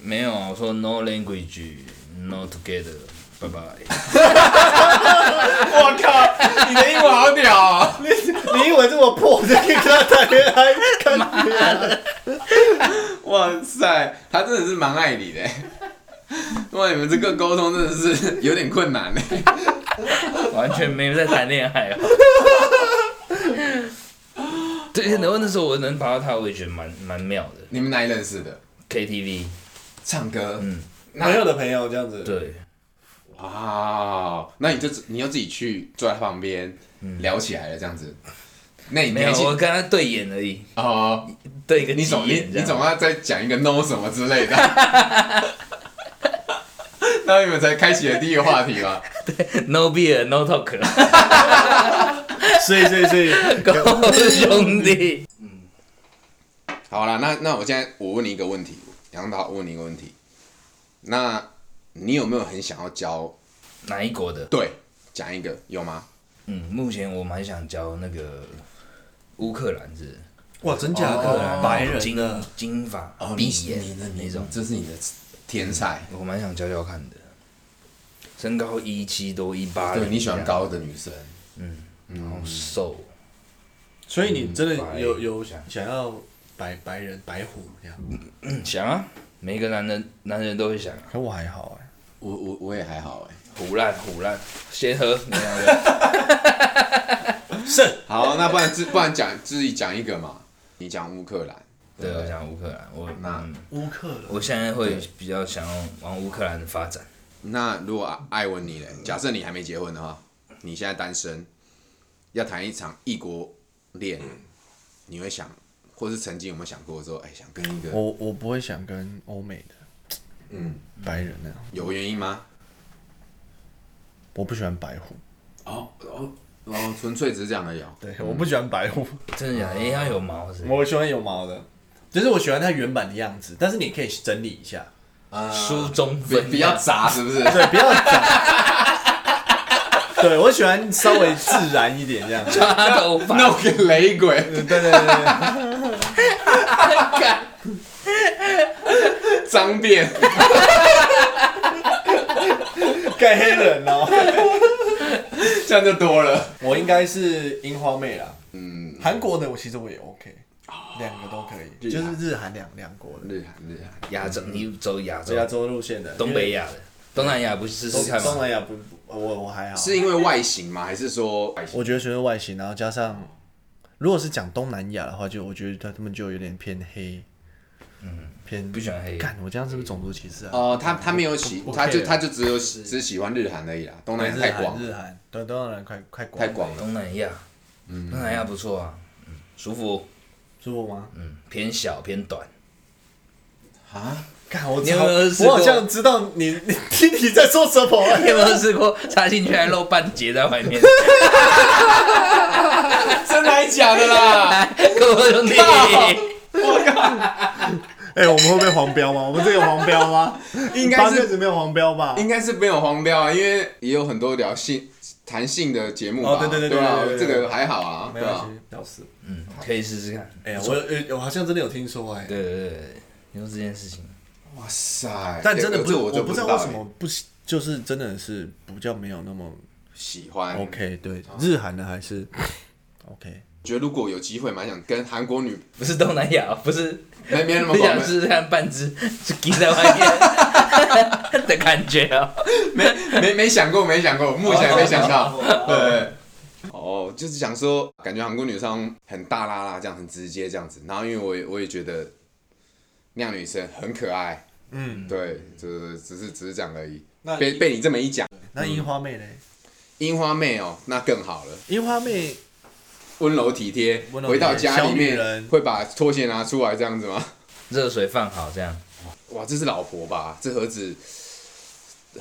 [SPEAKER 3] 没有啊，我说 no language, no together，拜拜。
[SPEAKER 1] 我靠，你的英文好屌啊、
[SPEAKER 2] [laughs] 你以为这么破才可以跟他谈恋爱？干你啊
[SPEAKER 1] 哇塞，他真的是蛮爱你
[SPEAKER 3] [laughs]
[SPEAKER 1] 的。哇，你们这个沟通真的是有点困难呢。
[SPEAKER 3] 完全没有在谈恋爱
[SPEAKER 1] [laughs]
[SPEAKER 3] 啊。对，然后那时候我能爬到她，我也觉得蛮蛮妙的。
[SPEAKER 1] 你们哪里认识的？
[SPEAKER 3] KTV，
[SPEAKER 1] 唱歌，
[SPEAKER 3] 嗯，
[SPEAKER 2] [laughs] 朋友的朋友这样子，
[SPEAKER 3] 对，
[SPEAKER 1] 哇，那你就只你要自己去坐在他旁边、聊起来了这样子。那你
[SPEAKER 3] 嗯没
[SPEAKER 1] 没
[SPEAKER 3] 有，
[SPEAKER 1] 去
[SPEAKER 3] 我跟他对眼而已，
[SPEAKER 1] 哦，
[SPEAKER 3] 对一个
[SPEAKER 1] 你总
[SPEAKER 3] 几
[SPEAKER 1] 你
[SPEAKER 3] 眼这
[SPEAKER 1] 你啊
[SPEAKER 3] 样
[SPEAKER 1] 总要再讲一个 no 什么之类的， [laughs] 那你们才开启了第一个话题吧？
[SPEAKER 3] no beer
[SPEAKER 1] [laughs]
[SPEAKER 3] no talk，
[SPEAKER 2] 所以所以所以， [laughs]
[SPEAKER 3] 狗兄弟，
[SPEAKER 1] 好啦，那那我现在我问你一个问题，杨导我问你一个问题，那你有没有很想要教？
[SPEAKER 3] 哪一国的？
[SPEAKER 1] 对，讲一个有吗？
[SPEAKER 3] 嗯，目前我蛮想教那个乌克兰是
[SPEAKER 4] 哇，真假
[SPEAKER 3] 乌克兰
[SPEAKER 2] 哦
[SPEAKER 4] 的白人
[SPEAKER 3] 金
[SPEAKER 4] 的，
[SPEAKER 3] 金发
[SPEAKER 1] 哦你
[SPEAKER 3] 闭眼
[SPEAKER 1] 你嗯的
[SPEAKER 3] 那种，
[SPEAKER 1] 这是你的天才，
[SPEAKER 3] 我蛮想教教看的。身高一七多一八，
[SPEAKER 1] 对你喜欢，高的嗯女生，
[SPEAKER 3] 嗯然后瘦，
[SPEAKER 2] 所以你真
[SPEAKER 3] 白
[SPEAKER 2] 的有有想要白白人白虎这样？
[SPEAKER 3] 嗯想啊，每个男人男人都会想啊，
[SPEAKER 2] 可我还好哎、
[SPEAKER 1] 我我我也还好哎。
[SPEAKER 3] 胡烂胡烂，先喝，你两
[SPEAKER 2] [laughs]
[SPEAKER 3] 个
[SPEAKER 1] 好，那不然自不然讲自己讲一个嘛，你讲乌克兰，
[SPEAKER 3] 对，我想乌克兰，我
[SPEAKER 1] 那
[SPEAKER 3] 嗯
[SPEAKER 2] 乌克兰
[SPEAKER 3] 我现在会比较想要往乌克兰的发展，
[SPEAKER 1] 那如果艾艾文你嘞，假设你还没结婚的话，你现在单身，要谈一场异国恋，你会想，或是曾经有没有想过说，哎，想跟一个
[SPEAKER 2] 我我不会想跟欧美的
[SPEAKER 1] 嗯
[SPEAKER 2] 白人那样，
[SPEAKER 1] 有原因吗？
[SPEAKER 2] 我不喜欢白虎。
[SPEAKER 1] 哦哦哦，纯粹只是这样而已哦。
[SPEAKER 2] 对，嗯我不喜欢白虎，
[SPEAKER 3] 真的假的？因为它有毛是不是
[SPEAKER 2] 哦我喜欢有毛的，就是我喜欢它原版的样子，但是你可以整理一下，
[SPEAKER 1] 呃
[SPEAKER 3] 书中
[SPEAKER 1] 比
[SPEAKER 3] 分
[SPEAKER 1] 比较杂是不是？
[SPEAKER 2] 对，不要 [laughs] 整。对，我喜欢稍微自然一点这 [laughs] 样。
[SPEAKER 3] 抓头发，
[SPEAKER 1] 弄个雷鬼，
[SPEAKER 2] 对对对对，
[SPEAKER 1] 脏辫，
[SPEAKER 2] 盖黑人哦。
[SPEAKER 1] 这样就多了。
[SPEAKER 2] 我应该是樱花妹啦。嗯，韩国的我其实我也 OK，两个都可以，就是啊日韩两两国的，
[SPEAKER 1] 厉害厉害，
[SPEAKER 3] [laughs] 亚洲，你走亚洲，
[SPEAKER 2] 亚洲路线的，
[SPEAKER 3] 东北亚的，东南亚不是试
[SPEAKER 2] 东
[SPEAKER 3] 试看
[SPEAKER 2] 哦东
[SPEAKER 3] 吗？
[SPEAKER 2] 南亚不，我我还好，
[SPEAKER 1] 是因为外形吗？还是说外形
[SPEAKER 2] 我觉得全是外形，然后加上如果是讲东南亚的话，就我觉得他他们就有点偏黑，嗯，偏
[SPEAKER 3] 不喜欢黑
[SPEAKER 2] 干，我这样是不是种族歧视啊？
[SPEAKER 1] 哦，他他没有喜
[SPEAKER 2] 我，我
[SPEAKER 1] 他就
[SPEAKER 2] care
[SPEAKER 1] 他就只有喜只喜欢日韩而已啦，东南亚
[SPEAKER 2] 日
[SPEAKER 1] 太
[SPEAKER 2] 韩
[SPEAKER 1] 广
[SPEAKER 2] 日韩，对东南亚快快广
[SPEAKER 1] 太，广了。
[SPEAKER 3] 东南亚，
[SPEAKER 2] 嗯
[SPEAKER 3] 东南亚不错啊，嗯，舒服，
[SPEAKER 2] 舒服吗？
[SPEAKER 3] 嗯，偏小偏
[SPEAKER 2] [laughs]
[SPEAKER 3] 短，
[SPEAKER 1] 啊，
[SPEAKER 2] 干，我
[SPEAKER 3] 你有
[SPEAKER 2] 操
[SPEAKER 3] 没有试
[SPEAKER 2] 我
[SPEAKER 3] 过
[SPEAKER 2] 好像知道你你你在说什么啊
[SPEAKER 3] 你有没有试过插进去还露半截在外
[SPEAKER 2] [laughs]
[SPEAKER 3] 面？ [laughs]
[SPEAKER 1] 真的还假的啦？
[SPEAKER 3] 各位兄弟，
[SPEAKER 2] 哎，我们会被黄标吗？我们这个有黄标吗？
[SPEAKER 1] [laughs] 应该
[SPEAKER 2] 八
[SPEAKER 1] 是
[SPEAKER 2] 妹子没有黄标吧？
[SPEAKER 1] 应该是没有黄标啊，因为也有很多聊性谈性的节目吧。
[SPEAKER 2] 哦对对对
[SPEAKER 1] 对
[SPEAKER 2] 对
[SPEAKER 1] 啊
[SPEAKER 2] 对对
[SPEAKER 1] 这
[SPEAKER 2] 对
[SPEAKER 1] 个还好啊，
[SPEAKER 2] 没
[SPEAKER 1] 对
[SPEAKER 2] 关
[SPEAKER 1] 啊。
[SPEAKER 2] 系，屌丝。
[SPEAKER 3] 嗯，可以试试看。
[SPEAKER 2] 哎呀，我有我好像真的有听说哎，
[SPEAKER 3] 对对对对，你说这件事情，
[SPEAKER 1] 哇塞！
[SPEAKER 2] 但真的
[SPEAKER 1] 这
[SPEAKER 2] 不，
[SPEAKER 1] 个我
[SPEAKER 2] 我
[SPEAKER 1] 就
[SPEAKER 2] 不
[SPEAKER 1] 知
[SPEAKER 2] 知
[SPEAKER 1] 道
[SPEAKER 2] 道为什么不喜，就是真的是比较没有那么
[SPEAKER 1] 喜欢。
[SPEAKER 2] OK，对，
[SPEAKER 1] 嗯
[SPEAKER 2] 日韩的还是 OK。
[SPEAKER 1] 觉得如果有机会，蛮想跟韩国女
[SPEAKER 3] 不是东南亚，不是
[SPEAKER 1] 没没
[SPEAKER 2] [laughs]
[SPEAKER 1] 那么
[SPEAKER 3] 不
[SPEAKER 1] 广
[SPEAKER 3] 想
[SPEAKER 1] 的，
[SPEAKER 3] 试试看半只就滴在外面的感觉哦。
[SPEAKER 1] 没没没想过，没想过，目前没想到。对。 [laughs] 哦，就是想说，感觉韩国女生很大啦啦，这样很直接这样子。然后因为我也我也觉得那样女生很可爱，
[SPEAKER 2] 嗯，
[SPEAKER 1] 对，只只是只是这样而已。
[SPEAKER 2] 那
[SPEAKER 1] 被被你这么一讲，
[SPEAKER 2] 那樱花妹嘞？
[SPEAKER 1] 樱花妹哦，那更好了，
[SPEAKER 2] 樱花妹
[SPEAKER 1] 温柔体贴，
[SPEAKER 2] 温柔
[SPEAKER 1] 回
[SPEAKER 2] 体贴
[SPEAKER 1] 到家里
[SPEAKER 2] 小女
[SPEAKER 1] 面
[SPEAKER 2] 人
[SPEAKER 1] 会把拖鞋拿出来这样子吗？ [laughs]
[SPEAKER 3] 热水放好这样，
[SPEAKER 1] 哇，这是老婆吧？这何止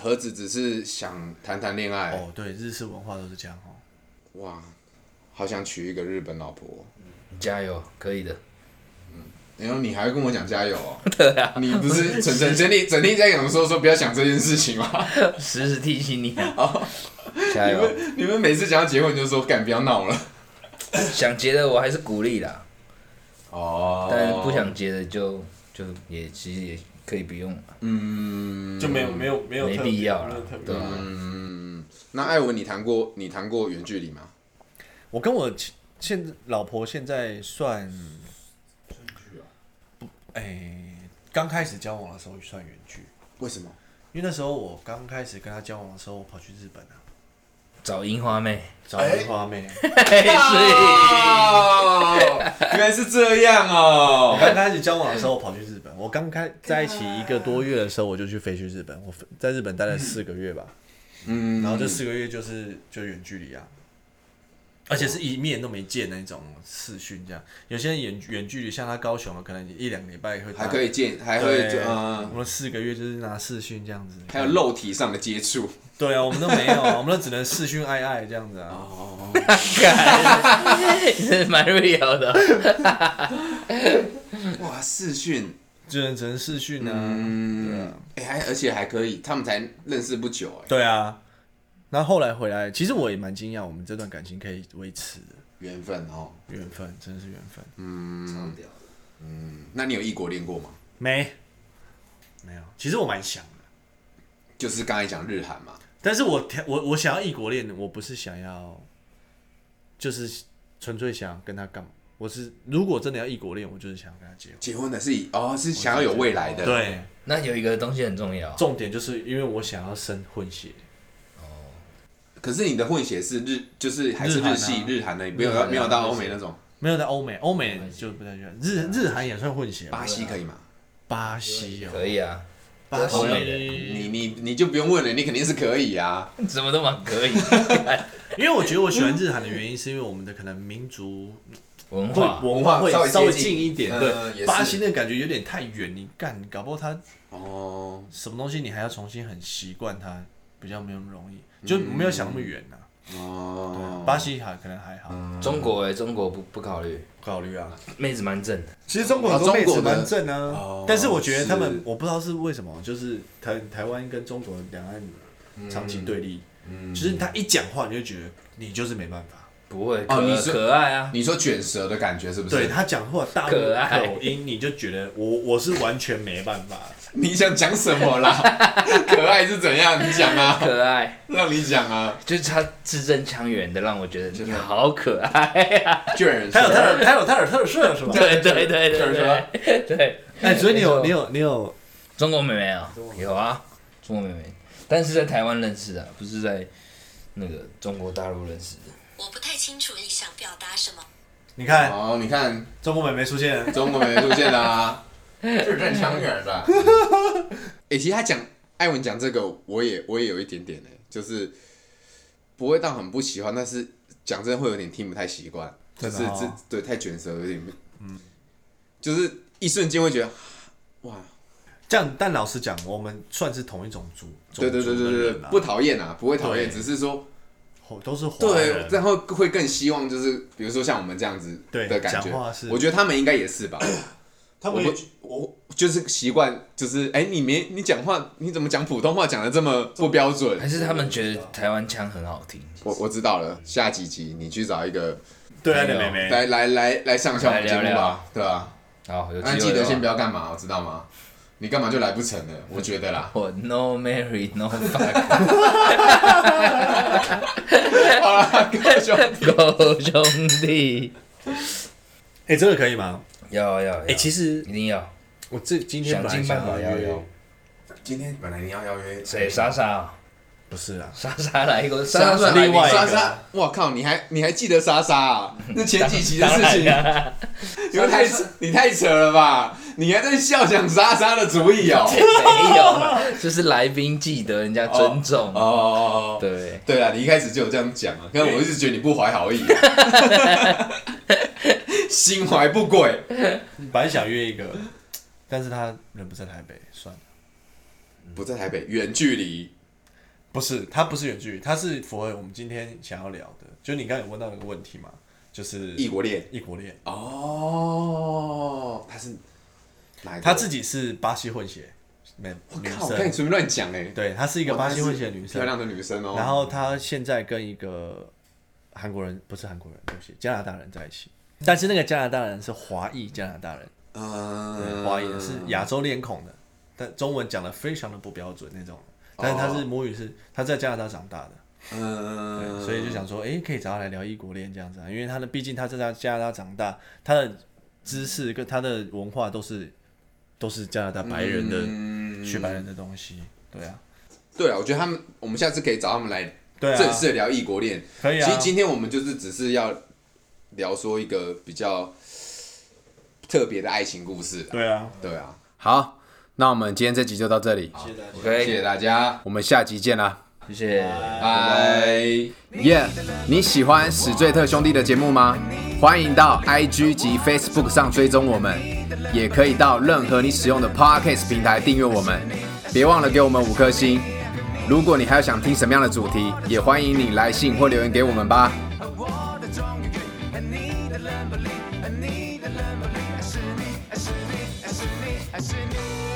[SPEAKER 1] 何止只是想谈谈恋爱？
[SPEAKER 2] 哦，对，日式文化都是这样哦。
[SPEAKER 1] 哇，好想娶一个日本老婆。
[SPEAKER 3] 加油，可以的。
[SPEAKER 1] 然后你还会跟我讲加油
[SPEAKER 3] [laughs]
[SPEAKER 1] 哦？对啊，你不是整整整天整天在讲说说不要想这件事情吗？ [laughs]
[SPEAKER 3] 时时提醒你、啊，加
[SPEAKER 1] 你
[SPEAKER 3] 油！
[SPEAKER 1] 们你们每次讲到结婚你就说干不要闹了
[SPEAKER 3] 想结的我还是鼓励啦，
[SPEAKER 1] 哦
[SPEAKER 3] 但不想结的就就也其实也可以不用了。
[SPEAKER 1] 嗯
[SPEAKER 2] 就没有没有没有
[SPEAKER 3] 没
[SPEAKER 2] 特别
[SPEAKER 3] 必要啦
[SPEAKER 2] 没有特别
[SPEAKER 3] 对啊
[SPEAKER 1] 嗯。那艾文，你谈过你谈过远距离吗？
[SPEAKER 2] 我跟我前现在老婆现在算不哎，刚开始交往的时候算远距，
[SPEAKER 1] 为什么？
[SPEAKER 2] 因为那时候我刚开始跟她交往的时候，我跑去日本啊，
[SPEAKER 3] 找樱花妹，
[SPEAKER 2] 找樱花妹。
[SPEAKER 3] 嘿所
[SPEAKER 1] 哦，原来是这样
[SPEAKER 2] 我
[SPEAKER 1] [laughs] 哦。
[SPEAKER 2] 刚开始交往的时候，我跑去日本。我刚开在一起一个多月的时候，我就去飞去日本。我在日本待了四个月吧。
[SPEAKER 1] 嗯，
[SPEAKER 2] 然后这四个月就是就远距离啊，而且是一面都没见那种视讯这样。有些人远远距离，像他高雄啊，可能一两个礼拜会打
[SPEAKER 1] 还可以见，还会
[SPEAKER 2] 对
[SPEAKER 1] 就，嗯，
[SPEAKER 2] 我们四个月就是拿视讯这样子。
[SPEAKER 1] 还有肉体上的接触。
[SPEAKER 2] 对啊，我们都没有啊，我 [laughs] 们都只能视讯爱爱这样子啊。
[SPEAKER 1] 哦，
[SPEAKER 3] 蛮 real 的。
[SPEAKER 1] 哇，视讯，
[SPEAKER 2] 只能只能视讯啊。对
[SPEAKER 1] 嗯
[SPEAKER 2] 啊，
[SPEAKER 1] 哎，还而且还可以，他们才认识不久，哎，
[SPEAKER 2] 对啊，那后来回来，其实我也蛮惊讶，我们这段感情可以维持的
[SPEAKER 1] 缘分哦。
[SPEAKER 2] 缘分，真的是缘分。嗯
[SPEAKER 3] 超屌的
[SPEAKER 1] 嗯那你有异国恋过吗？
[SPEAKER 2] 没，没有。其实我蛮想的，
[SPEAKER 1] 就是刚才讲日韩嘛，
[SPEAKER 2] 但是我挑我我想要异国恋，我不是想要，就是纯粹想跟他干嘛。我是如果真的要异国恋，我就是想要跟他结婚。
[SPEAKER 1] 结婚的是以哦，是想要有未来的，，
[SPEAKER 2] 对，
[SPEAKER 3] 那有一个东西很重要，
[SPEAKER 2] 重点就是因为我想要生混血，
[SPEAKER 1] 可是你的混血是日，就是还是
[SPEAKER 2] 日韩
[SPEAKER 1] 日
[SPEAKER 2] 啊
[SPEAKER 1] 系日韩的，你没
[SPEAKER 2] 日韩
[SPEAKER 1] 有
[SPEAKER 2] 啊
[SPEAKER 1] 没有到欧美那种。
[SPEAKER 2] 没有在欧美，欧美就不太喜欢。日日韩也算混血吧，
[SPEAKER 1] 巴西可以吗？
[SPEAKER 2] 巴西哦，
[SPEAKER 3] 可以啊，
[SPEAKER 2] 巴
[SPEAKER 3] 欧美
[SPEAKER 2] 西
[SPEAKER 1] 你。你你就不用问了，你肯定是可以啊。
[SPEAKER 3] 什么都蛮可以。
[SPEAKER 2] 因为我觉得我喜欢日韩的原因，是因为我们的可能民族
[SPEAKER 3] 文
[SPEAKER 2] 会
[SPEAKER 3] 化，
[SPEAKER 2] 文化会
[SPEAKER 1] 稍微
[SPEAKER 2] 稍微
[SPEAKER 1] 接近
[SPEAKER 2] 近一点。
[SPEAKER 1] 嗯也
[SPEAKER 2] 对，
[SPEAKER 1] 是
[SPEAKER 2] 巴西那感觉有点太远，你干，你搞不好他
[SPEAKER 1] 哦，
[SPEAKER 2] 什么东西你还要重新很习惯它，比较没有那么容易，就没有想那么远呐、
[SPEAKER 1] 哦，
[SPEAKER 2] 巴西还可能还好，
[SPEAKER 3] 中国哎、中国不不考虑，
[SPEAKER 2] 不考虑啊。
[SPEAKER 3] 妹子蛮正的，
[SPEAKER 2] 其实中
[SPEAKER 1] 国很多妹子蛮
[SPEAKER 2] 正啊
[SPEAKER 1] 哦
[SPEAKER 2] 但是我觉得他们
[SPEAKER 1] 是，
[SPEAKER 2] 我不知道是为什么，就是台台湾跟中国两岸
[SPEAKER 1] 嗯
[SPEAKER 2] 长期对立，就是他一讲话你就觉得你就是没办法，
[SPEAKER 3] 不会
[SPEAKER 1] 哦
[SPEAKER 3] 可
[SPEAKER 1] 你是
[SPEAKER 3] 可爱啊，
[SPEAKER 1] 你说卷舌的感觉是不
[SPEAKER 2] 对
[SPEAKER 1] 是？
[SPEAKER 2] 他讲话大陆
[SPEAKER 3] 可爱
[SPEAKER 2] 口音，你就觉得我我是完全没办
[SPEAKER 1] [laughs]
[SPEAKER 2] 法。
[SPEAKER 1] 你想讲什么
[SPEAKER 2] [laughs]
[SPEAKER 1] 啦？可爱是怎样？你讲啊，
[SPEAKER 3] 可爱，
[SPEAKER 1] 让你讲啊，
[SPEAKER 3] 就是他字正腔圆的，让我觉得你好可爱。
[SPEAKER 1] 卷
[SPEAKER 2] 他有他
[SPEAKER 1] 舌。
[SPEAKER 2] 的他有他的特
[SPEAKER 1] [laughs]
[SPEAKER 2] 色是吧？
[SPEAKER 3] 对对对
[SPEAKER 1] 卷
[SPEAKER 3] 对
[SPEAKER 1] 舌
[SPEAKER 3] 对，对。
[SPEAKER 2] 哎，所以你
[SPEAKER 3] 没
[SPEAKER 2] 有
[SPEAKER 3] 错
[SPEAKER 2] 你有你有
[SPEAKER 3] 中国妹妹啊，有啊，中国妹妹，但是在台湾认识的，啊不是在那个中国大陆认识的。
[SPEAKER 4] 我不太清楚你想表达什么。
[SPEAKER 2] 你看
[SPEAKER 1] 哦，你看
[SPEAKER 2] 中国美眉出现了。
[SPEAKER 1] 中国没出现啊啦，字正腔圆 [laughs] 的。哎，其实他讲艾文讲这个，我也我也有一点点呢，就是不会到很不喜欢，但是讲真的会有点听不太习惯，就
[SPEAKER 2] 真
[SPEAKER 1] 是
[SPEAKER 2] 的哦
[SPEAKER 1] 这对太卷舌有点，嗯，就是一瞬间会觉得哇，
[SPEAKER 2] 这样，但老实讲，我们算是同一种族，
[SPEAKER 1] 对对对
[SPEAKER 2] 种族
[SPEAKER 1] 对
[SPEAKER 2] 的
[SPEAKER 1] 对，
[SPEAKER 2] 人啊
[SPEAKER 1] 不讨厌啊，不会讨厌，
[SPEAKER 2] 对
[SPEAKER 1] 只是说
[SPEAKER 2] 吼都是华
[SPEAKER 1] 对
[SPEAKER 2] 人，，
[SPEAKER 1] 然后会更希望就是比如说像我们这样子
[SPEAKER 2] 对
[SPEAKER 1] 的感
[SPEAKER 2] 讲话是
[SPEAKER 1] 觉，我觉得他们应该也是吧。
[SPEAKER 2] 他
[SPEAKER 1] 我不我哦就是习惯，就是哎、你没你讲话，你怎么讲普通话讲的这么不标准
[SPEAKER 3] 还？是他们觉得台湾腔很好听，
[SPEAKER 1] 我我知道了，下几集你去找一个
[SPEAKER 2] 对岸
[SPEAKER 3] 没
[SPEAKER 2] 的
[SPEAKER 3] 有
[SPEAKER 2] 妹妹，
[SPEAKER 1] 来来来来上一下我们节目
[SPEAKER 3] 来聊
[SPEAKER 1] 吧
[SPEAKER 3] 聊，
[SPEAKER 1] 对吧、
[SPEAKER 3] 好有
[SPEAKER 1] 啊？
[SPEAKER 3] 机
[SPEAKER 1] 但
[SPEAKER 3] 会
[SPEAKER 1] 记得先不
[SPEAKER 3] 要。
[SPEAKER 1] 要干嘛，我知道吗？你干嘛就来不成了？我觉得啦
[SPEAKER 3] [laughs] 。我 no marry no fuck [laughs]
[SPEAKER 1] 好啦，各位兄弟，
[SPEAKER 3] 狗兄弟，
[SPEAKER 2] 哎，这个可以吗？
[SPEAKER 3] 要要要，
[SPEAKER 2] 哎，其实
[SPEAKER 3] 一定要
[SPEAKER 2] 我这今天
[SPEAKER 3] 想
[SPEAKER 2] 本来
[SPEAKER 3] 尽办
[SPEAKER 2] 想
[SPEAKER 3] 法
[SPEAKER 2] 要
[SPEAKER 3] 要
[SPEAKER 1] 啊
[SPEAKER 2] 约
[SPEAKER 3] 要，。
[SPEAKER 1] 今天本来你要邀约
[SPEAKER 3] 谁？莎莎啊，
[SPEAKER 2] 不是啊，
[SPEAKER 3] 莎莎来一个，
[SPEAKER 1] 莎莎，
[SPEAKER 2] 另外一个
[SPEAKER 1] 莎莎，我靠，你还你还记得莎莎啊？那前几集的事情， [laughs] 你们太扯你太扯了吧？你还在笑讲莎莎的主意哦？
[SPEAKER 3] 没有，就是来宾记得人家尊
[SPEAKER 1] 哦
[SPEAKER 3] 重，
[SPEAKER 1] 哦哦哦。
[SPEAKER 3] 对，
[SPEAKER 1] 对啊，你一开始就有这样讲啊，但我一直觉得你不怀好意、啊
[SPEAKER 2] [laughs]
[SPEAKER 1] 心怀不轨。
[SPEAKER 2] 本来想约一个，但是他人不在台北，算了。
[SPEAKER 1] 不在台北，远距离，
[SPEAKER 2] 不是，他不是远距离，他是符合我们今天想要聊的。就你刚才有问到那个问题嘛，就是
[SPEAKER 1] 异国恋。
[SPEAKER 2] 异国恋，
[SPEAKER 1] 哦，他是哪一个？
[SPEAKER 2] 她自己是巴西混血，没
[SPEAKER 1] 我
[SPEAKER 2] 女
[SPEAKER 1] 靠，我看你
[SPEAKER 2] 生，
[SPEAKER 1] 随便乱讲哎。
[SPEAKER 2] 对，她是一
[SPEAKER 1] 一
[SPEAKER 2] 个巴西混血女生
[SPEAKER 1] 漂，亮的女生哦。
[SPEAKER 2] 然后他现在跟一个韩国人，不是韩国人，对不起，加拿大人在一起。但是那个加拿大人是华裔加拿大人，
[SPEAKER 1] 嗯，
[SPEAKER 2] 华裔的是亚洲脸孔的，但中文讲的非常的不标准那种。但
[SPEAKER 1] 哦
[SPEAKER 2] 是他是母语是他在加拿大长大的，对，
[SPEAKER 1] 嗯，
[SPEAKER 2] 所以就想说，诶，可以找他来聊异国恋这样子啊，因为他的毕竟他在加拿大长大，他的知识跟他的文化都是都是加拿大白人的
[SPEAKER 1] 嗯
[SPEAKER 2] 学白人的东西，对啊，
[SPEAKER 1] 对啊，我觉得他们，我们下次可以找他们来
[SPEAKER 2] 对啊，
[SPEAKER 1] 正式地聊异国恋。
[SPEAKER 2] 可以啊
[SPEAKER 1] 其实，今天我们就是只是要聊说一个比较特别的爱情故事啦。
[SPEAKER 2] 对啊，
[SPEAKER 1] 对啊，好，那我们今天这集就到这里，
[SPEAKER 2] 谢谢大家。
[SPEAKER 1] 谢谢大家，我们下集见啦，
[SPEAKER 3] 谢谢。
[SPEAKER 1] 呃拜耶！你喜欢史最特兄弟的节目吗？欢迎到 IG 及 Facebook 上追踪我们，也可以到任何你使用的 Podcast 平台订阅我们。别忘了给我们五颗星。如果你还有想听什么样的主题，也欢迎你来信或留言给我们吧。
[SPEAKER 5] 我的终于，你的冷暴力，你的冷暴力，爱是你，爱是你，爱是你，爱是你。